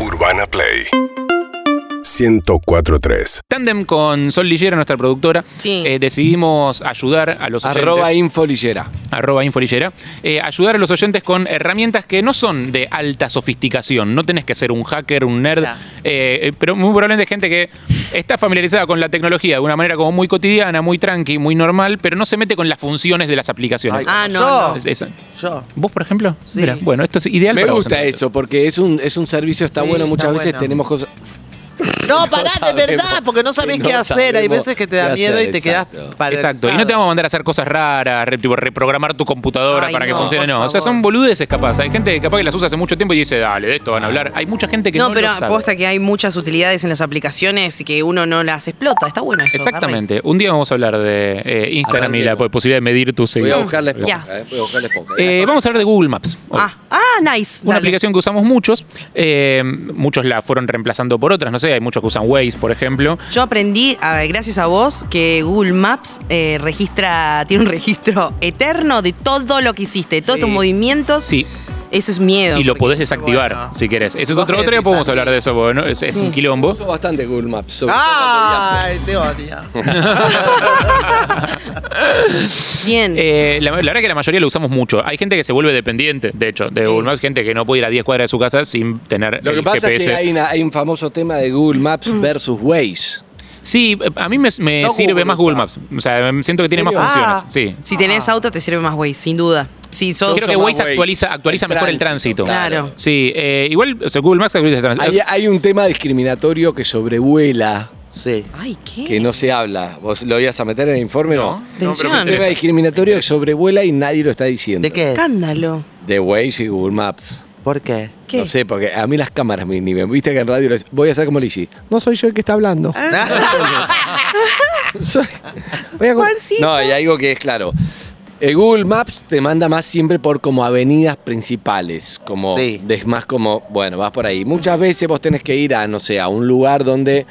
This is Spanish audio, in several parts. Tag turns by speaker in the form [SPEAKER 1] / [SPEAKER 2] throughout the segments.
[SPEAKER 1] Urbana Play 1043.
[SPEAKER 2] Tandem con Sol Lillera, nuestra productora,
[SPEAKER 3] Sí.
[SPEAKER 2] eh, decidimos ayudar a los oyentes.
[SPEAKER 4] Arroba infolillera.
[SPEAKER 2] arroba infolillera, eh, ayudar a los oyentes con herramientas que no son de alta sofisticación. No tenés que ser un hacker, un nerd,
[SPEAKER 3] Claro.
[SPEAKER 2] eh, eh, pero muy probablemente gente que está familiarizada con la tecnología de una manera como muy cotidiana, muy tranqui, muy normal, pero no se mete con las funciones de las aplicaciones.
[SPEAKER 4] Ay,
[SPEAKER 3] Ah, no,
[SPEAKER 4] Yo.
[SPEAKER 3] no.
[SPEAKER 2] Es- es-
[SPEAKER 4] Yo.
[SPEAKER 2] ¿Vos, por ejemplo?
[SPEAKER 4] Sí.
[SPEAKER 2] Mira, bueno, esto es ideal
[SPEAKER 4] Me
[SPEAKER 2] para vos,
[SPEAKER 4] gusta
[SPEAKER 2] entonces.
[SPEAKER 4] eso, porque es un, es un servicio, está
[SPEAKER 3] Sí,
[SPEAKER 4] bueno. Muchas
[SPEAKER 3] está
[SPEAKER 4] veces
[SPEAKER 3] bueno.
[SPEAKER 4] tenemos cosas.
[SPEAKER 5] No,
[SPEAKER 4] No
[SPEAKER 5] pará, de
[SPEAKER 4] sabemos.
[SPEAKER 5] verdad, porque no sabés
[SPEAKER 4] Sí,
[SPEAKER 5] qué
[SPEAKER 4] no
[SPEAKER 5] hacer. Hay
[SPEAKER 4] sabemos
[SPEAKER 5] veces que te da
[SPEAKER 4] qué
[SPEAKER 5] miedo
[SPEAKER 4] hacer,
[SPEAKER 5] y te quedás
[SPEAKER 4] exacto.
[SPEAKER 5] paralizado.
[SPEAKER 2] Exacto, y no te vamos a mandar a hacer cosas raras, re- tipo reprogramar tu computadora
[SPEAKER 3] Ay,
[SPEAKER 2] para que
[SPEAKER 3] no,
[SPEAKER 2] funcione,
[SPEAKER 3] por
[SPEAKER 2] no. O sea,
[SPEAKER 3] favor.
[SPEAKER 2] son boludeces capaz. Hay gente que capaz que las usa hace mucho tiempo y dice, dale, de esto van a hablar. Hay mucha gente que no,
[SPEAKER 3] No, pero
[SPEAKER 2] lo sabe.
[SPEAKER 3] aposta que hay muchas utilidades en las aplicaciones y que uno no las explota. Está bueno eso.
[SPEAKER 2] Exactamente. Un día vamos a hablar de eh, Instagram y la
[SPEAKER 4] Arranquemos.
[SPEAKER 2] posibilidad de medir tus
[SPEAKER 4] Voy a
[SPEAKER 2] seguidores.
[SPEAKER 4] buscar la esponja.
[SPEAKER 3] Yes.
[SPEAKER 4] eh, Voy a buscar la esponja.
[SPEAKER 2] Eh, vamos a hablar de Google Maps. hoy.
[SPEAKER 3] Garrett. Ah, ah, nice.
[SPEAKER 2] Una
[SPEAKER 3] dale.
[SPEAKER 2] aplicación que usamos muchos. eh, muchos la fueron reemplazando por otras. No sé, hay muchos que usan Waze, por ejemplo.
[SPEAKER 3] Yo aprendí, ah, gracias a vos, que Google Maps eh, registra, tiene un registro eterno de todo lo que hiciste, de todos tus movimientos.
[SPEAKER 2] Sí.
[SPEAKER 3] Eso es miedo.
[SPEAKER 2] Y lo
[SPEAKER 3] porque-
[SPEAKER 2] podés desactivar
[SPEAKER 5] bueno.
[SPEAKER 2] si querés. Eso es
[SPEAKER 5] Vos
[SPEAKER 2] otro,
[SPEAKER 5] querés
[SPEAKER 2] otro día podemos
[SPEAKER 5] instalar.
[SPEAKER 2] hablar de eso, porque ¿no? es, es
[SPEAKER 3] Sí.
[SPEAKER 2] un quilombo.
[SPEAKER 4] Uso bastante Google Maps. sobre todo cuando viajo.
[SPEAKER 5] Ay, te odio.
[SPEAKER 3] Bien.
[SPEAKER 2] Eh, la, la verdad que la mayoría lo usamos mucho. Hay gente que se vuelve dependiente, de hecho, de Google Maps, gente que no puede ir a 10 cuadras de su casa sin tener
[SPEAKER 4] Lo que
[SPEAKER 2] el
[SPEAKER 4] pasa
[SPEAKER 2] GPS.
[SPEAKER 4] es que hay, una- hay un famoso tema de Google Maps versus Waze.
[SPEAKER 2] Sí, a mí me, me
[SPEAKER 4] No
[SPEAKER 2] sirve
[SPEAKER 4] Google
[SPEAKER 2] más Google
[SPEAKER 4] usa.
[SPEAKER 2] Maps. O sea, em, siento que tiene más
[SPEAKER 4] ¿Serio? Ah.
[SPEAKER 2] funciones. Sí.
[SPEAKER 3] si tenés auto, te sirve más Waze, sin duda. Si sos-
[SPEAKER 2] ah. Creo que
[SPEAKER 4] más
[SPEAKER 2] Waze
[SPEAKER 4] Waze.
[SPEAKER 2] actualiza, actualiza
[SPEAKER 4] El
[SPEAKER 2] mejor el tránsito.
[SPEAKER 4] tránsito,
[SPEAKER 3] claro.
[SPEAKER 2] Sí, eh, igual o sea, Google Maps actualiza el tránsito.
[SPEAKER 4] Hay, hay un tema discriminatorio que sobrevuela,
[SPEAKER 5] Sí.
[SPEAKER 3] Ay, ¿qué?
[SPEAKER 4] que no se habla. ¿Vos lo ibas a meter en el informe? No.
[SPEAKER 3] Atención.
[SPEAKER 2] me
[SPEAKER 4] Un tema
[SPEAKER 2] interesa.
[SPEAKER 4] discriminatorio que sobrevuela y nadie lo está diciendo.
[SPEAKER 5] ¿De qué?
[SPEAKER 3] Escándalo.
[SPEAKER 4] De Waze y Google Maps.
[SPEAKER 5] ¿Por qué?
[SPEAKER 3] ¿Qué?
[SPEAKER 4] No sé, porque a mí las cámaras me inhiben. Viste que en radio les- voy a hacer como Lizzy. No soy yo el que está hablando. Soy- voy a-
[SPEAKER 3] Ah. Juancito.
[SPEAKER 4] No, hay algo que es claro. El Google Maps te manda más siempre por como avenidas principales, como
[SPEAKER 5] Sí.
[SPEAKER 4] es más como, bueno, vas por ahí. Muchas veces vos tenés que ir a, no sé, a un lugar donde,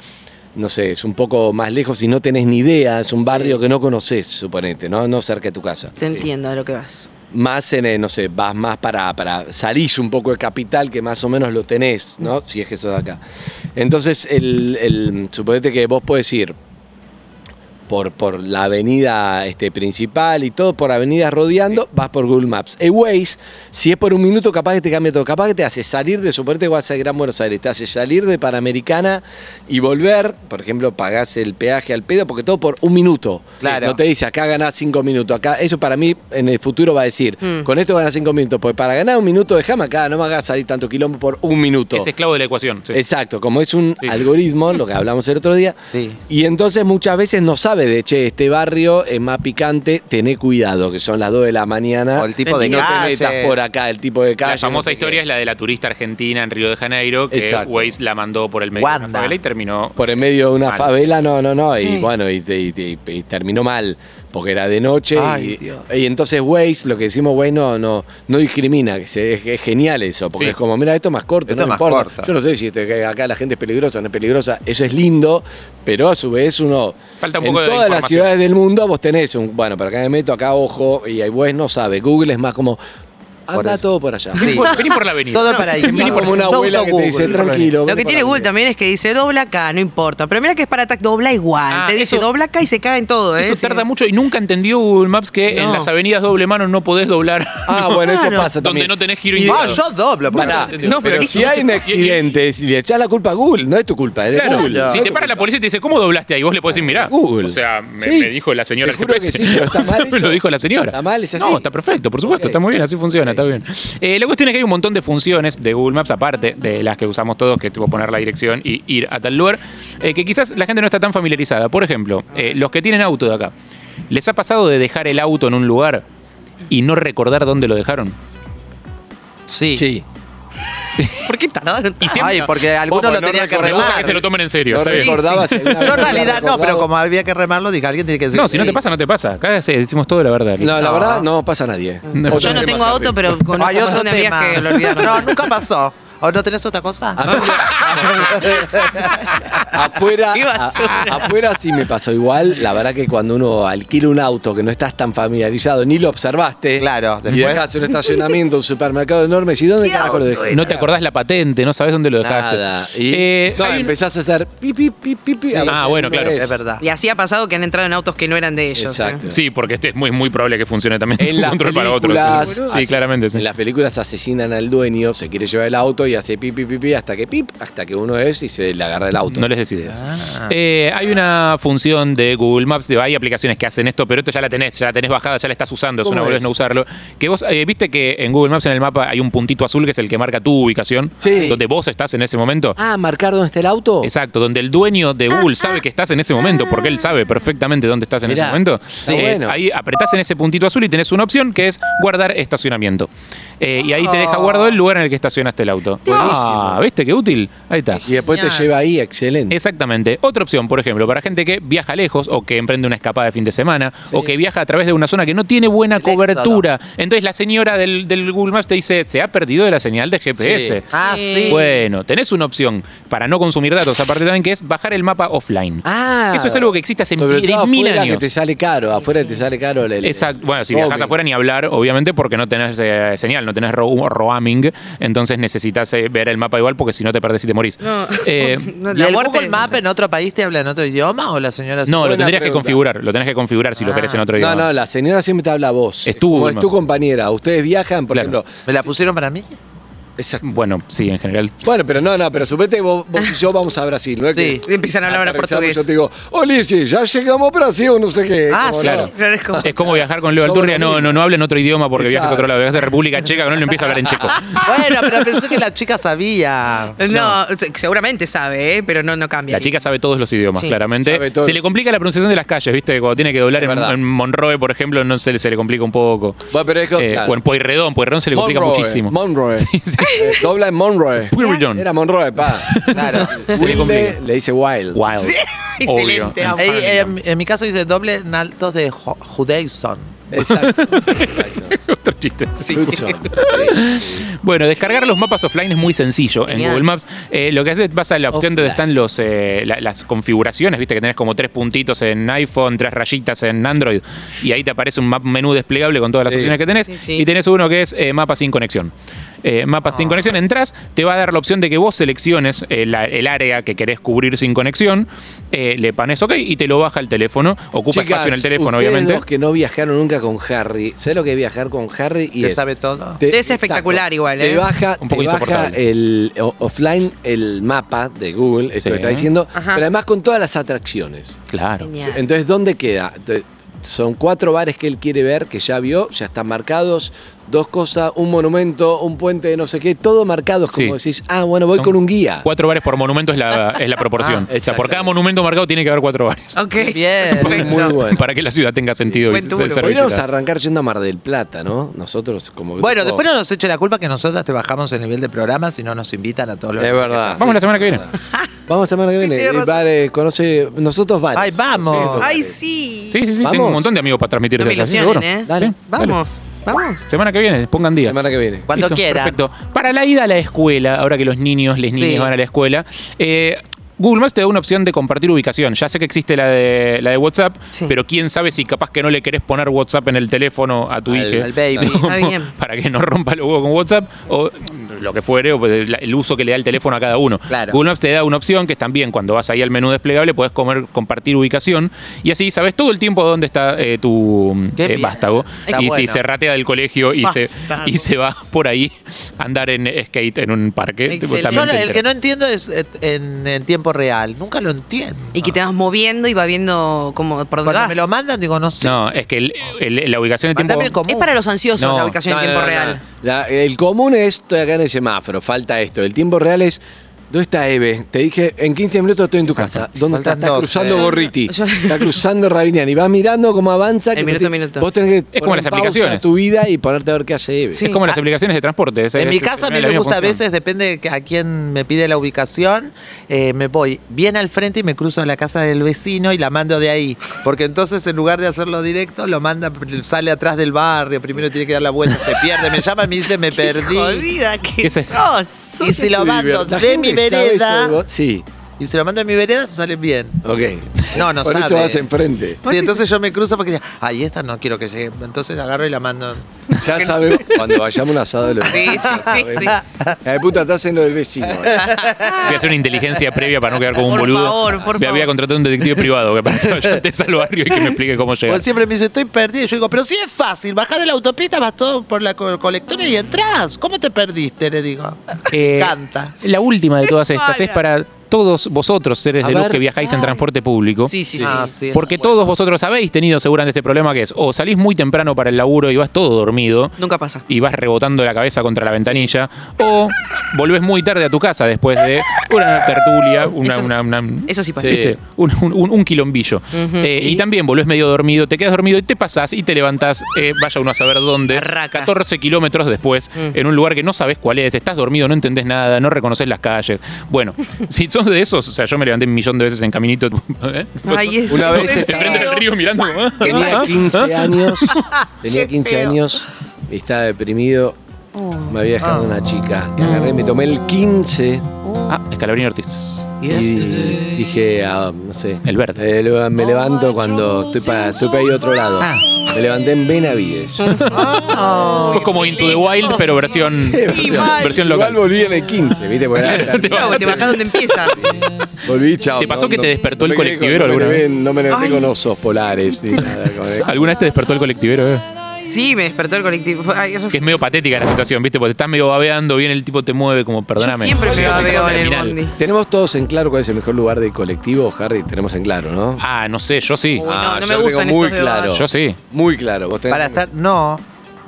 [SPEAKER 4] no sé, es un poco más lejos y no tenés ni idea, es un barrio que no conoces, suponete, no, no cerca de tu casa.
[SPEAKER 3] Te entiendo a lo que vas.
[SPEAKER 4] Más en, eh, no sé, vas más para, para, salís un poco de capital que más o menos lo tenés, ¿no? Si es que sos de acá. Entonces, el, el- suponete que vos podés ir por, por la avenida este, principal y todo, por avenidas rodeando, vas por Google Maps. Y Waze, si es por un minuto, capaz que te cambia todo. Capaz que te hace salir de, suponete que vas a Gran Buenos Aires, te hace salir de Panamericana y volver, por ejemplo, pagás el peaje al pedo, porque todo por un minuto.
[SPEAKER 5] Claro.
[SPEAKER 4] No te dice, acá ganás cinco minutos. Acá, eso para mí en el futuro va a decir, con esto ganás cinco minutos. Porque para ganar un minuto, dejame acá, no me hagas salir tanto quilombo por un minuto.
[SPEAKER 2] Es esclavo de la ecuación. sí.
[SPEAKER 4] Exacto, como es un
[SPEAKER 2] Sí.
[SPEAKER 4] algoritmo, lo que hablamos el otro día.
[SPEAKER 5] Sí.
[SPEAKER 4] Y entonces muchas veces no sabe de, che, este barrio es más picante, tené cuidado, que son las 2 de la mañana.
[SPEAKER 5] O el tipo
[SPEAKER 4] y
[SPEAKER 5] de
[SPEAKER 4] no
[SPEAKER 5] calle.
[SPEAKER 4] te metas por acá, el tipo de calle.
[SPEAKER 2] La famosa
[SPEAKER 4] no sé
[SPEAKER 2] historia
[SPEAKER 4] qué.
[SPEAKER 2] es la de la turista argentina en Río de Janeiro, que
[SPEAKER 4] Exacto.
[SPEAKER 2] Waze la mandó por el medio de una
[SPEAKER 5] Wanda.
[SPEAKER 2] favela y terminó.
[SPEAKER 4] Por en medio de una
[SPEAKER 2] Mal.
[SPEAKER 4] favela, no, no, no.
[SPEAKER 3] Sí.
[SPEAKER 4] Y bueno, y, y- y- y terminó mal, porque era de noche.
[SPEAKER 5] Ay,
[SPEAKER 4] y-
[SPEAKER 5] Dios.
[SPEAKER 4] y, entonces Waze, lo que decimos Waze no, no, no discrimina, que se- es, es genial eso, porque
[SPEAKER 2] Sí.
[SPEAKER 4] es como, mira, esto es más corto,
[SPEAKER 5] Esto
[SPEAKER 4] no me
[SPEAKER 5] es más
[SPEAKER 4] importa.
[SPEAKER 5] corto.
[SPEAKER 4] Yo no sé si esto- que acá la gente es peligrosa o no es peligrosa, eso es lindo, pero a su vez uno...
[SPEAKER 2] Falta un
[SPEAKER 4] en
[SPEAKER 2] poco de
[SPEAKER 4] todas las
[SPEAKER 2] información.
[SPEAKER 4] ciudades del mundo vos tenés un, bueno, pero acá me meto, acá ojo, y ahí Waze no sabe, Google es más como, anda
[SPEAKER 5] eso.
[SPEAKER 4] todo por allá.
[SPEAKER 5] Sí.
[SPEAKER 2] Vení por- Vení por la avenida.
[SPEAKER 5] Todo para ahí.
[SPEAKER 4] Es como una abuela que te dice, tranquilo.
[SPEAKER 3] Lo
[SPEAKER 4] vení
[SPEAKER 3] que
[SPEAKER 4] por
[SPEAKER 3] tiene
[SPEAKER 4] la
[SPEAKER 3] Google
[SPEAKER 4] avenida".
[SPEAKER 3] también es que dice dobla acá, no importa. Pero mira que es para TAC, dobla igual.
[SPEAKER 2] Ah,
[SPEAKER 3] te dice
[SPEAKER 2] eso-
[SPEAKER 3] dobla acá y se cae en todo, ¿eh?
[SPEAKER 2] Eso
[SPEAKER 3] Sí.
[SPEAKER 2] tarda mucho y nunca entendió Google Maps que en
[SPEAKER 3] No.
[SPEAKER 2] las avenidas doble mano no podés doblar.
[SPEAKER 4] Ah, bueno, eso
[SPEAKER 3] Claro.
[SPEAKER 4] pasa
[SPEAKER 2] Donde
[SPEAKER 4] también.
[SPEAKER 2] no tenés giro
[SPEAKER 4] Y-
[SPEAKER 5] No,
[SPEAKER 2] indicado.
[SPEAKER 5] Ah, yo doblo. porque-
[SPEAKER 4] Pará,
[SPEAKER 2] No,
[SPEAKER 4] pero,
[SPEAKER 3] pero
[SPEAKER 4] si
[SPEAKER 3] eso
[SPEAKER 4] hay un
[SPEAKER 2] no se-
[SPEAKER 4] accidente y le echás la culpa a Google, no es tu culpa, es de
[SPEAKER 2] Claro,
[SPEAKER 4] Google.
[SPEAKER 2] si
[SPEAKER 4] No
[SPEAKER 2] te
[SPEAKER 4] es
[SPEAKER 2] para
[SPEAKER 4] tu
[SPEAKER 2] la policía y te dice, ¿cómo doblaste ahí? Vos le podés decir, mirá.
[SPEAKER 4] Google.
[SPEAKER 2] O sea, me,
[SPEAKER 4] Sí.
[SPEAKER 2] me dijo la señora
[SPEAKER 4] Te juro que sí, pero está mal
[SPEAKER 2] Me lo
[SPEAKER 4] eso.
[SPEAKER 2] dijo la señora.
[SPEAKER 4] Está mal, es así.
[SPEAKER 2] No, está perfecto, por supuesto,
[SPEAKER 4] Ok.
[SPEAKER 2] está muy bien, así funciona, está bien. Eh, la cuestión es que hay un montón de funciones de Google Maps, aparte de las que usamos todos, que es tipo poner la dirección y ir a tal lugar, eh, que quizás la gente no está tan familiarizada. Por ejemplo, eh, los que tienen auto de acá, ¿les ha pasado de dejar el auto en un lugar y no recordar dónde lo dejaron?
[SPEAKER 5] Sí.
[SPEAKER 4] Sí.
[SPEAKER 3] ¿Por qué tardaron tanto?
[SPEAKER 5] Ay, porque algunos
[SPEAKER 4] Vos,
[SPEAKER 5] lo
[SPEAKER 4] no
[SPEAKER 5] tenían que
[SPEAKER 2] Me gusta
[SPEAKER 5] remar.
[SPEAKER 2] que se lo tomen en serio.
[SPEAKER 4] No
[SPEAKER 2] Sí.
[SPEAKER 4] recordabas. alguna
[SPEAKER 5] Yo en
[SPEAKER 4] vez
[SPEAKER 5] realidad no,
[SPEAKER 4] recordado.
[SPEAKER 5] pero como había que remarlo, dije, alguien tiene que decir.
[SPEAKER 2] No, si no te pasa, no te pasa. Acá se- decimos todo la verdad.
[SPEAKER 4] No, la verdad no pasa a nadie.
[SPEAKER 2] No.
[SPEAKER 4] Otro
[SPEAKER 3] Yo no
[SPEAKER 4] tema
[SPEAKER 3] tengo
[SPEAKER 4] también.
[SPEAKER 3] auto, pero con
[SPEAKER 5] Hay
[SPEAKER 3] un
[SPEAKER 5] otro
[SPEAKER 3] montón de amigas
[SPEAKER 5] tema.
[SPEAKER 3] que lo olvidaron.
[SPEAKER 5] No, nunca pasó. ¿O no tenés otra cosa?
[SPEAKER 4] afuera,
[SPEAKER 3] Qué basura.
[SPEAKER 4] a- afuera sí me pasó igual. La verdad que cuando uno alquila un auto que no estás tan familiarizado, ni lo observaste.
[SPEAKER 5] Claro,
[SPEAKER 4] Y
[SPEAKER 5] después-
[SPEAKER 4] dejas un estacionamiento, un supermercado enorme. ¿Y dónde carajo lo dejé?
[SPEAKER 2] No te acordás la patente, no sabés dónde lo dejaste.
[SPEAKER 4] Nada. Y
[SPEAKER 2] Eh,
[SPEAKER 4] no,
[SPEAKER 2] hay un-
[SPEAKER 4] empezás a hacer pi, pi, pi, pi, pi. A ver
[SPEAKER 2] Ah,
[SPEAKER 4] si
[SPEAKER 2] bueno,
[SPEAKER 4] alguna
[SPEAKER 2] claro.
[SPEAKER 4] vez.
[SPEAKER 5] Es verdad.
[SPEAKER 3] Y así ha pasado que han entrado en autos que no eran de ellos.
[SPEAKER 4] Exacto.
[SPEAKER 3] ¿eh?
[SPEAKER 2] Sí, porque este es muy, muy probable que funcione también
[SPEAKER 4] En
[SPEAKER 2] tu
[SPEAKER 4] las
[SPEAKER 2] control para otros.
[SPEAKER 4] películas-
[SPEAKER 2] Sí, Sí, claramente. sí.
[SPEAKER 4] En las películas asesinan al dueño, se quiere llevar el auto y hace pi, pi, pi, pi, hasta que pip, hasta que uno es y se le agarra el auto.
[SPEAKER 2] No les des ideas.
[SPEAKER 4] Ah.
[SPEAKER 2] Eh, hay una función de Google Maps, digo, hay aplicaciones que hacen esto, pero esto ya la tenés, ya la tenés bajada, ya la estás usando, es
[SPEAKER 4] ¿Cómo
[SPEAKER 2] una boludez
[SPEAKER 4] es?
[SPEAKER 2] no usarlo. Que vos, eh, viste que en Google Maps en el mapa hay un puntito azul que es el que marca tu ubicación,
[SPEAKER 4] Sí.
[SPEAKER 2] donde vos estás en ese momento.
[SPEAKER 4] Ah, marcar dónde está el auto.
[SPEAKER 2] Exacto, donde el dueño de
[SPEAKER 4] Ah,
[SPEAKER 2] Google sabe que estás en ese momento, porque él sabe perfectamente dónde estás en
[SPEAKER 4] Mirá,
[SPEAKER 2] ese momento. eh,
[SPEAKER 4] está bueno.
[SPEAKER 2] Ahí apretás en ese puntito azul y tenés una opción que es guardar estacionamiento. Eh, y ahí te deja guardado el lugar en el que estacionaste el auto. Ah, ¿viste qué útil? Ahí está.
[SPEAKER 4] Y después te
[SPEAKER 3] Genial.
[SPEAKER 4] lleva ahí, excelente.
[SPEAKER 2] Exactamente. Otra opción, por ejemplo, para gente que viaja lejos o que emprende una escapada de fin de semana o que viaja a través de una zona que no tiene buena
[SPEAKER 5] éxodo.
[SPEAKER 2] cobertura. Entonces la señora del, del Google Maps te dice, se ha perdido de la señal de GPS.
[SPEAKER 5] Ah, sí.
[SPEAKER 2] Bueno, tenés una opción para no consumir datos, aparte también que es bajar el mapa offline.
[SPEAKER 4] Ah.
[SPEAKER 2] Eso es algo que existe hace
[SPEAKER 4] Sobre
[SPEAKER 2] 10.000
[SPEAKER 4] todo afuera
[SPEAKER 2] años.
[SPEAKER 4] que te sale caro, afuera te sale caro el, el-
[SPEAKER 2] Exacto. Bueno, si
[SPEAKER 4] roaming.
[SPEAKER 2] viajas afuera ni hablar, obviamente, porque no tenés eh, señal, no tenés ro- roaming, entonces necesitas eh, ver el mapa igual porque si no te perdés y te morís.
[SPEAKER 3] No.
[SPEAKER 2] Eh,
[SPEAKER 3] No,
[SPEAKER 5] ¿Y
[SPEAKER 3] la
[SPEAKER 5] el
[SPEAKER 3] muerte-
[SPEAKER 5] Google Map en otro país te habla en otro idioma o la señora?
[SPEAKER 2] No, lo
[SPEAKER 4] Buena
[SPEAKER 2] tendrías que
[SPEAKER 4] pregunta.
[SPEAKER 2] configurar, lo tenés que configurar si lo
[SPEAKER 5] Ah.
[SPEAKER 2] querés en otro
[SPEAKER 4] No,
[SPEAKER 2] idioma.
[SPEAKER 4] no, la señora siempre te habla a vos.
[SPEAKER 2] Es tu
[SPEAKER 4] Como
[SPEAKER 2] Google
[SPEAKER 4] es
[SPEAKER 2] Maps.
[SPEAKER 4] tu compañera. Ustedes viajan, por
[SPEAKER 2] Claro.
[SPEAKER 4] ejemplo.
[SPEAKER 5] ¿Me la pusieron para mí?
[SPEAKER 4] Exacto.
[SPEAKER 2] Bueno, sí, en general.
[SPEAKER 4] Bueno, pero no, no, pero suponete que vos, vos y yo vamos a Brasil, ¿no? Es
[SPEAKER 5] Sí.
[SPEAKER 4] que
[SPEAKER 3] Empiezan a hablar ahora
[SPEAKER 4] aterrizamos y
[SPEAKER 3] portugués.
[SPEAKER 4] Yo te digo, oye, sí, ya llegamos a Brasil, no sé qué.
[SPEAKER 5] Ah,
[SPEAKER 4] Como,
[SPEAKER 5] sí.
[SPEAKER 4] no.
[SPEAKER 3] Claro, es como-
[SPEAKER 2] Es como viajar con Leo
[SPEAKER 4] Somos
[SPEAKER 2] Alturria,
[SPEAKER 4] lo
[SPEAKER 2] no,
[SPEAKER 4] mismo.
[SPEAKER 2] no, no hablen otro idioma porque viajas a otro
[SPEAKER 4] Exacto.
[SPEAKER 2] lado, viajas a República Checa, con él no empieza a hablar en checo.
[SPEAKER 5] Bueno, pero pensé que la chica sabía.
[SPEAKER 3] No, se- seguramente sabe, ¿eh? pero no, no cambia.
[SPEAKER 2] La chica sabe todos los idiomas,
[SPEAKER 3] Sí.
[SPEAKER 2] claramente.
[SPEAKER 4] Sabe todos.
[SPEAKER 2] Se le complica la pronunciación de las calles, viste, que cuando tiene que doblar
[SPEAKER 4] Es
[SPEAKER 2] en,
[SPEAKER 4] verdad.
[SPEAKER 2] en Monroe, por ejemplo, no se, le- se le complica un poco.
[SPEAKER 4] Bueno, pero es que,
[SPEAKER 2] Eh,
[SPEAKER 4] claro.
[SPEAKER 2] O en Pueyrredón, Pueyrredón se le complica
[SPEAKER 4] Monroe,
[SPEAKER 2] muchísimo.
[SPEAKER 4] Monroe.
[SPEAKER 2] sí.
[SPEAKER 4] Eh, dobla en Monroe.
[SPEAKER 2] Pueyrredón.
[SPEAKER 4] Era Monroe, pa.
[SPEAKER 5] Claro.
[SPEAKER 2] Se le
[SPEAKER 4] Wilde
[SPEAKER 2] complica.
[SPEAKER 4] le dice Wild.
[SPEAKER 2] Wild.
[SPEAKER 3] Sí,
[SPEAKER 2] Obvio.
[SPEAKER 3] excelente, amo.
[SPEAKER 5] Ahí, eh, en, en mi caso dice doble en altos de Ju- Judaison.
[SPEAKER 4] Exacto. Exacto.
[SPEAKER 2] Otro chiste.
[SPEAKER 4] Lucho.
[SPEAKER 2] Bueno, descargar los mapas offline es muy sencillo en
[SPEAKER 3] Genial.
[SPEAKER 2] Google Maps. Eh, lo que haces vas a la opción donde
[SPEAKER 4] Offline.
[SPEAKER 2] están los, eh, la- las configuraciones, viste que tenés como tres puntitos en iPhone, tres rayitas en Android, y ahí te aparece un map menú desplegable con todas las
[SPEAKER 4] Sí. Ah.
[SPEAKER 2] opciones que tenés,
[SPEAKER 3] Sí, sí.
[SPEAKER 2] y tenés uno que es eh, mapa sin conexión. Eh, mapa sin conexión, entras, te va a dar la opción de que vos selecciones eh, la- el área que querés cubrir sin conexión, eh, le panes OK y te lo baja el teléfono, ocupa
[SPEAKER 4] Chicas,
[SPEAKER 2] espacio en el teléfono,
[SPEAKER 4] ustedes
[SPEAKER 2] obviamente.
[SPEAKER 4] Dos que no viajaron nunca con Harry. ¿Sabes lo que es viajar con Harry? Y
[SPEAKER 5] ¿Te
[SPEAKER 4] es-
[SPEAKER 5] sabe todo?
[SPEAKER 4] te-
[SPEAKER 3] Es espectacular igual,
[SPEAKER 4] Te
[SPEAKER 3] ¿eh?
[SPEAKER 4] baja,
[SPEAKER 2] Un poco
[SPEAKER 4] te baja
[SPEAKER 2] insoportable.
[SPEAKER 4] el o- offline el mapa de Google,
[SPEAKER 2] Sí.
[SPEAKER 4] esto que está diciendo,
[SPEAKER 3] Ajá.
[SPEAKER 4] pero además con todas las atracciones.
[SPEAKER 2] Claro.
[SPEAKER 3] Genial.
[SPEAKER 4] Entonces, ¿dónde queda? Entonces, son cuatro bares que él quiere ver, que ya vio, ya están marcados. Dos cosas, un monumento, un puente de no sé qué, todo marcados, como
[SPEAKER 2] Sí.
[SPEAKER 4] decís, ah, bueno, voy
[SPEAKER 2] Son
[SPEAKER 4] con un guía.
[SPEAKER 2] Cuatro bares por monumento es la, es la proporción. o sea, por
[SPEAKER 4] exactamente.
[SPEAKER 2] cada monumento marcado tiene que haber cuatro bares.
[SPEAKER 3] Ok.
[SPEAKER 5] Bien.
[SPEAKER 4] Muy
[SPEAKER 3] Perfecto.
[SPEAKER 4] bueno.
[SPEAKER 2] para que la ciudad tenga sentido y
[SPEAKER 3] Buen
[SPEAKER 2] se-
[SPEAKER 3] túmulo.
[SPEAKER 2] ser
[SPEAKER 4] Podríamos
[SPEAKER 2] visitada.
[SPEAKER 4] arrancar yendo a Mar del Plata, ¿no? Nosotros como
[SPEAKER 5] Bueno,
[SPEAKER 4] grupo.
[SPEAKER 5] después no nos eche la culpa que nosotras te bajamos el nivel de programa si no nos invitan a todos
[SPEAKER 2] Eh,
[SPEAKER 5] los.
[SPEAKER 4] Es verdad.
[SPEAKER 2] Vamos la semana que viene.
[SPEAKER 4] Vamos la semana que
[SPEAKER 3] Sí,
[SPEAKER 4] viene.
[SPEAKER 3] tiene
[SPEAKER 4] El
[SPEAKER 3] razón.
[SPEAKER 4] bar, eh, conoce nosotros varios.
[SPEAKER 5] Ay, vamos.
[SPEAKER 3] Ay, sí.
[SPEAKER 2] Sí, sí, sí.
[SPEAKER 4] Vamos.
[SPEAKER 2] Tengo un montón de amigos para transmitir
[SPEAKER 3] No me
[SPEAKER 2] desde allá,
[SPEAKER 3] ilusionen,
[SPEAKER 2] seguro.
[SPEAKER 3] ¿eh?
[SPEAKER 4] Dale.
[SPEAKER 2] Sí, dale.
[SPEAKER 3] Vamos, vamos.
[SPEAKER 2] Semana que viene, pongan día.
[SPEAKER 4] Semana que viene.
[SPEAKER 5] Cuando
[SPEAKER 2] Listo,
[SPEAKER 5] quieran.
[SPEAKER 2] Perfecto. Para la ida a la escuela, ahora que los niños, les
[SPEAKER 5] Sí.
[SPEAKER 2] niñas van a la escuela, eh, Google Maps te da una opción de compartir ubicación. Ya sé que existe la de, la de WhatsApp,
[SPEAKER 3] Sí.
[SPEAKER 2] pero quién sabe si capaz que no le querés poner WhatsApp en el teléfono a tu
[SPEAKER 4] Al-
[SPEAKER 2] hijo.
[SPEAKER 5] al baby.
[SPEAKER 3] Está bien.
[SPEAKER 2] Para que no rompa los huevos con WhatsApp o lo que fuere, o pues, la- el uso que le da el teléfono a cada uno.
[SPEAKER 5] Claro.
[SPEAKER 2] Google Maps te da una opción que es también cuando vas ahí al menú desplegable podés comer, compartir ubicación y así sabes todo el tiempo dónde está eh, tu
[SPEAKER 5] Qué
[SPEAKER 2] eh,
[SPEAKER 5] bien.
[SPEAKER 2] vástago.
[SPEAKER 5] Está
[SPEAKER 2] y si
[SPEAKER 5] bueno.
[SPEAKER 2] se ratea del colegio y se,
[SPEAKER 3] Vástago.
[SPEAKER 2] y se va por ahí a andar en skate en un parque. tipo,
[SPEAKER 3] Excelente.
[SPEAKER 5] Yo
[SPEAKER 2] también
[SPEAKER 5] lo-
[SPEAKER 2] te
[SPEAKER 5] el que
[SPEAKER 2] entera.
[SPEAKER 5] no entiendo es eh, en, en tiempo real. Nunca lo entiendo.
[SPEAKER 3] Y que te vas moviendo y va viendo cómo, por dónde
[SPEAKER 5] Cuando
[SPEAKER 3] vas.
[SPEAKER 5] me lo mandan, digo, no sé.
[SPEAKER 2] No, es que el- el- la ubicación de
[SPEAKER 5] Mandame el
[SPEAKER 2] tiempo...
[SPEAKER 5] común.
[SPEAKER 3] es para los ansiosos
[SPEAKER 2] No.
[SPEAKER 3] la ubicación en
[SPEAKER 4] No,
[SPEAKER 3] tiempo
[SPEAKER 4] no, no,
[SPEAKER 3] real.
[SPEAKER 4] no. La- el común es, estoy acá en el semáforo, falta esto. El tiempo real es, ¿Dónde está Eve? Te dije, en 15 minutos estoy en tu
[SPEAKER 2] Exacto.
[SPEAKER 4] casa. ¿Dónde está?
[SPEAKER 5] Faltan
[SPEAKER 4] Está
[SPEAKER 5] 12.
[SPEAKER 4] cruzando
[SPEAKER 5] Yo-
[SPEAKER 4] Gorriti.
[SPEAKER 3] yo-
[SPEAKER 4] Está cruzando Rabiniani. Vas mirando cómo avanza. que
[SPEAKER 3] El
[SPEAKER 4] no
[SPEAKER 3] minuto a
[SPEAKER 4] te-
[SPEAKER 3] minuto.
[SPEAKER 4] Vos tenés que
[SPEAKER 2] Es como
[SPEAKER 4] poner
[SPEAKER 2] las
[SPEAKER 4] pausa
[SPEAKER 2] aplicaciones.
[SPEAKER 4] a tu vida y ponerte a ver qué hace Eve.
[SPEAKER 3] Sí.
[SPEAKER 2] Es como las aplicaciones de transporte. es-
[SPEAKER 1] En mi
[SPEAKER 2] es-
[SPEAKER 1] casa a
[SPEAKER 2] es
[SPEAKER 1] mí
[SPEAKER 2] la
[SPEAKER 1] me
[SPEAKER 2] misma
[SPEAKER 1] gusta a
[SPEAKER 2] función.
[SPEAKER 1] veces, depende de que- a quién me pide la ubicación, eh, me voy bien al frente y me cruzo a la casa del vecino y la mando de ahí. Porque entonces en lugar de hacerlo directo, lo manda, sale atrás del barrio, primero tiene que dar la vuelta, se pierde, me llama y me dice, me perdí.
[SPEAKER 3] Jodida
[SPEAKER 2] ¿Qué
[SPEAKER 3] que
[SPEAKER 2] es eso?
[SPEAKER 3] sos.
[SPEAKER 1] Y si lo mando
[SPEAKER 4] La
[SPEAKER 1] de mi
[SPEAKER 4] gente sabe eso de
[SPEAKER 1] vereda,
[SPEAKER 4] vos. Sí.
[SPEAKER 1] y si lo mando de mi vereda, sale bien.
[SPEAKER 4] Ok.
[SPEAKER 1] No, no
[SPEAKER 4] Por eso
[SPEAKER 1] sabe.
[SPEAKER 4] vas enfrente.
[SPEAKER 1] Sí, entonces yo me cruzo porque, ay, esta no quiero que llegue. Entonces agarro y la mando.
[SPEAKER 4] Ya sabemos cuando vayamos a un asado de los
[SPEAKER 3] Sí, sí,
[SPEAKER 2] Ah,
[SPEAKER 3] sí, sí.
[SPEAKER 4] La de puta estás en lo del vecino.
[SPEAKER 2] Voy a hacer una inteligencia previa para no quedar como un
[SPEAKER 3] Por
[SPEAKER 2] boludo.
[SPEAKER 3] favor, por
[SPEAKER 2] Voy a- Voy a
[SPEAKER 3] favor.
[SPEAKER 2] contratar un detective privado que para que vaya de al barrio y que me explique cómo llegar.
[SPEAKER 1] Porque siempre me dice, estoy perdido. Yo digo, pero sí es fácil, bajás de la autopista, vas todo por la co- colectora y entras. ¿Cómo te perdiste? Le digo.
[SPEAKER 2] Eh,
[SPEAKER 1] Canta.
[SPEAKER 2] La última de todas estas es para todos vosotros, seres
[SPEAKER 4] A
[SPEAKER 2] de luz
[SPEAKER 4] ver.
[SPEAKER 2] que viajáis en transporte público.
[SPEAKER 3] Sí, sí, sí.
[SPEAKER 1] Ah, sí,
[SPEAKER 2] Porque
[SPEAKER 1] bueno.
[SPEAKER 2] todos vosotros habéis tenido seguramente este problema que es o salís muy temprano para el laburo y vas todo dormido
[SPEAKER 3] Nunca pasa.
[SPEAKER 2] y vas rebotando la cabeza contra la ventanilla o volvés muy tarde a tu casa después de una tertulia, una,
[SPEAKER 3] Eso-
[SPEAKER 2] una- una-
[SPEAKER 3] eso sí pasa.
[SPEAKER 2] ¿viste? Un, un- un- un quilombillo. Eh, y también volvés medio dormido, te quedas dormido y te pasás y te levantás, eh, vaya uno a saber dónde,
[SPEAKER 3] Barracas. Mm.
[SPEAKER 2] 14 kilómetros después, en un lugar que no sabes cuál es, estás dormido, no entendés nada, no reconoces las calles. Bueno, si sos de esos, o sea, yo me levanté un millón de veces en caminito. ¿eh?
[SPEAKER 3] Ay, es
[SPEAKER 4] Una vez
[SPEAKER 3] muy
[SPEAKER 4] este-
[SPEAKER 3] feo.
[SPEAKER 2] Enfrente del río mirando. como, ¿ah?
[SPEAKER 4] Tenía 15 años. Tenía
[SPEAKER 3] Qué
[SPEAKER 4] 15
[SPEAKER 3] feo. Oh.
[SPEAKER 4] años. y Estaba deprimido. Me había dejado una chica. Y agarré, me tomé el 15
[SPEAKER 2] Ah, Escalabrini Ortiz.
[SPEAKER 4] y dije, ah, no sé.
[SPEAKER 2] El verde.
[SPEAKER 4] eh, lo-
[SPEAKER 3] Oh
[SPEAKER 4] me levanto cuando estoy para estoy pa' ir a otro lado.
[SPEAKER 2] Ah.
[SPEAKER 4] Me levanté en Benavides.
[SPEAKER 2] Fue como Into the Wild, pero versión,
[SPEAKER 3] mal.
[SPEAKER 2] versión
[SPEAKER 4] Igual
[SPEAKER 2] local.
[SPEAKER 4] volví en el 15, ¿viste? Porque era-
[SPEAKER 2] Te
[SPEAKER 3] No, te bajás donde empieza.
[SPEAKER 4] volví, chao.
[SPEAKER 2] ¿Te pasó
[SPEAKER 4] no-
[SPEAKER 2] que
[SPEAKER 4] no-
[SPEAKER 2] te despertó
[SPEAKER 4] no
[SPEAKER 2] el
[SPEAKER 4] me quedé
[SPEAKER 2] colectivero
[SPEAKER 4] con- no me
[SPEAKER 2] alguna
[SPEAKER 4] quedé-
[SPEAKER 2] vez?
[SPEAKER 4] No me levanté con osos polares ni nada. con-
[SPEAKER 2] ¿Eh? ¿Alguna vez te despertó el colectivero? eh?
[SPEAKER 3] Sí, me despertó el colectivo. Ay,
[SPEAKER 2] Que es medio patética la situación, ¿viste? Porque te estás medio babeando, bien el tipo te mueve, como
[SPEAKER 3] yo
[SPEAKER 2] perdóname.
[SPEAKER 3] siempre me
[SPEAKER 2] Llegamos a
[SPEAKER 3] babeo en el
[SPEAKER 2] terminal.
[SPEAKER 3] bondi.
[SPEAKER 4] Tenemos todos en claro cuál es el mejor lugar del colectivo, Harry. Tenemos en claro, ¿no?
[SPEAKER 2] Ah, no sé, yo sí.
[SPEAKER 3] Uy, no,
[SPEAKER 4] Ah,
[SPEAKER 3] no
[SPEAKER 4] yo
[SPEAKER 3] me
[SPEAKER 4] lo tengo
[SPEAKER 3] gustan
[SPEAKER 4] muy
[SPEAKER 3] estos de
[SPEAKER 4] claro.
[SPEAKER 3] babas.
[SPEAKER 2] Yo sí.
[SPEAKER 4] Muy claro. Vos tenés
[SPEAKER 1] Para estar. No.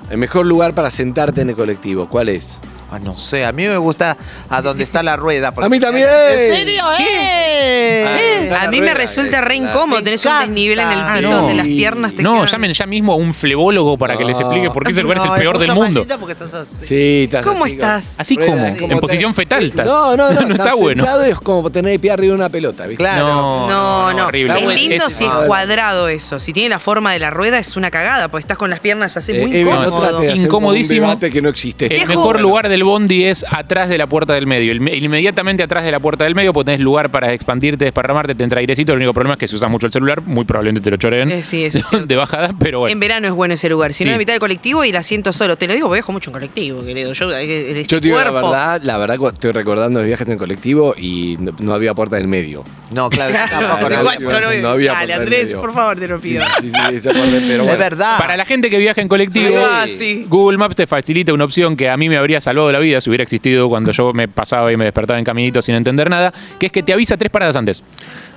[SPEAKER 4] El mejor lugar para sentarte en el colectivo, ¿cuál es?
[SPEAKER 1] Ah, no sé, a mí me gusta a donde está la rueda. porque-
[SPEAKER 4] ¡A mí también!
[SPEAKER 1] ¿En serio, eh?
[SPEAKER 4] ¿Qué?
[SPEAKER 1] Ah,
[SPEAKER 3] A mí me resulta re incómodo.
[SPEAKER 1] Me
[SPEAKER 3] Tenés un
[SPEAKER 1] encanta.
[SPEAKER 3] desnivel en el
[SPEAKER 1] Ah,
[SPEAKER 3] piso
[SPEAKER 2] no.
[SPEAKER 3] donde las piernas te
[SPEAKER 2] No,
[SPEAKER 3] quedan- Ah.
[SPEAKER 2] llamen ya mismo a un flebólogo para que les explique por qué ese lugar es el
[SPEAKER 1] No,
[SPEAKER 2] peor del
[SPEAKER 1] mucho más
[SPEAKER 2] mundo.
[SPEAKER 1] lindo porque estás así.
[SPEAKER 4] Sí, estás
[SPEAKER 3] ¿Cómo
[SPEAKER 4] así,
[SPEAKER 3] estás?
[SPEAKER 2] Así
[SPEAKER 4] Rueda,
[SPEAKER 2] como,
[SPEAKER 4] así como
[SPEAKER 2] en
[SPEAKER 4] te-
[SPEAKER 2] posición fetal estás.
[SPEAKER 4] No, no, no.
[SPEAKER 2] No está
[SPEAKER 4] estás
[SPEAKER 2] bueno.
[SPEAKER 4] sentado y es como tener el pie arriba de una pelota, ¿viste?
[SPEAKER 1] Claro.
[SPEAKER 2] No,
[SPEAKER 3] No, no.
[SPEAKER 2] horrible.
[SPEAKER 1] Está
[SPEAKER 3] Es lindo
[SPEAKER 1] Es-
[SPEAKER 3] si es
[SPEAKER 4] Ah,
[SPEAKER 3] cuadrado eso. Si tiene la forma de la rueda es una cagada, porque estás con las piernas así
[SPEAKER 4] Eh,
[SPEAKER 3] muy
[SPEAKER 4] Eve, no
[SPEAKER 3] incómodo.
[SPEAKER 4] trate de hacer como
[SPEAKER 2] Incomodísimo.
[SPEAKER 4] Un debate que no existe.
[SPEAKER 2] El
[SPEAKER 3] Viejo.
[SPEAKER 2] mejor lugar del bondi es atrás de la puerta del medio. Inme- Inmediatamente atrás de la puerta del medio, porque tenés lugar para expandirte, desparramarte, te entra airecito. El único problema es que si usas mucho el celular, muy probablemente te lo choreen.
[SPEAKER 3] Eh, sí, eso es
[SPEAKER 2] de-
[SPEAKER 3] cierto.
[SPEAKER 2] de bajada, pero bueno.
[SPEAKER 3] En verano es bueno ese lugar. Si
[SPEAKER 2] Sí.
[SPEAKER 3] no, en la mitad del colectivo y el asiento solo. Te lo digo, porque viajo mucho en colectivo, querido. Yo, eh, este
[SPEAKER 4] Yo te digo la
[SPEAKER 3] cuerpo-
[SPEAKER 4] verdad, la verdad cu- estoy recordando los viajes en el colectivo y no, no había puerta en el medio.
[SPEAKER 1] No, claro, tampoco.
[SPEAKER 4] no
[SPEAKER 1] no.
[SPEAKER 3] Igual,
[SPEAKER 4] había-
[SPEAKER 3] yo no-
[SPEAKER 4] no había
[SPEAKER 3] Dale,
[SPEAKER 4] papel
[SPEAKER 3] Andrés,
[SPEAKER 4] medio.
[SPEAKER 3] por favor, te lo
[SPEAKER 4] Sí,
[SPEAKER 3] pido.
[SPEAKER 4] sí, sí, esa parte, pero bueno.
[SPEAKER 1] Es verdad.
[SPEAKER 2] Para la gente que viaja en colectivo,
[SPEAKER 3] Ahí va, sí.
[SPEAKER 2] Google Maps te facilita una opción que a mí me habría salvado la vida si hubiera existido cuando yo me pasaba y me despertaba en caminito sin entender nada, que es que te avisa tres paradas antes.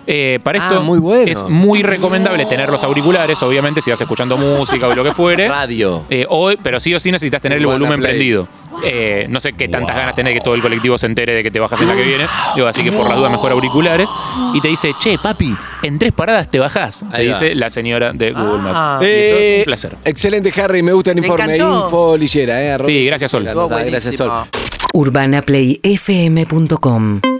[SPEAKER 2] Eh, para
[SPEAKER 4] Ah,
[SPEAKER 2] esto
[SPEAKER 4] muy bueno.
[SPEAKER 2] es muy recomendable tener los auriculares, obviamente, si vas escuchando música o lo que fuere.
[SPEAKER 4] Radio.
[SPEAKER 2] Eh, hoy, pero sí o sí necesitas tener el
[SPEAKER 4] Urbana
[SPEAKER 2] volumen
[SPEAKER 4] Play.
[SPEAKER 2] prendido. Eh, no sé qué tantas ganas tenés que todo el colectivo se entere de que te bajas en la que viene. Digo, así que por la duda mejor auriculares. Y te dice, che, papi, en tres paradas te bajás. Te
[SPEAKER 4] Ahí va.
[SPEAKER 2] dice la señora de Google Maps.
[SPEAKER 1] Ah.
[SPEAKER 2] Y eso es
[SPEAKER 4] Eh,
[SPEAKER 2] un placer.
[SPEAKER 4] Excelente, Harry. Me gusta el
[SPEAKER 3] Me
[SPEAKER 4] informe.
[SPEAKER 3] encantó.
[SPEAKER 4] Info Lillera, ¿eh? arroba-
[SPEAKER 2] Sí, gracias, Sol.
[SPEAKER 4] La nota,
[SPEAKER 1] Buenísimo.
[SPEAKER 4] Gracias, Sol.
[SPEAKER 6] urbanaplayfm.com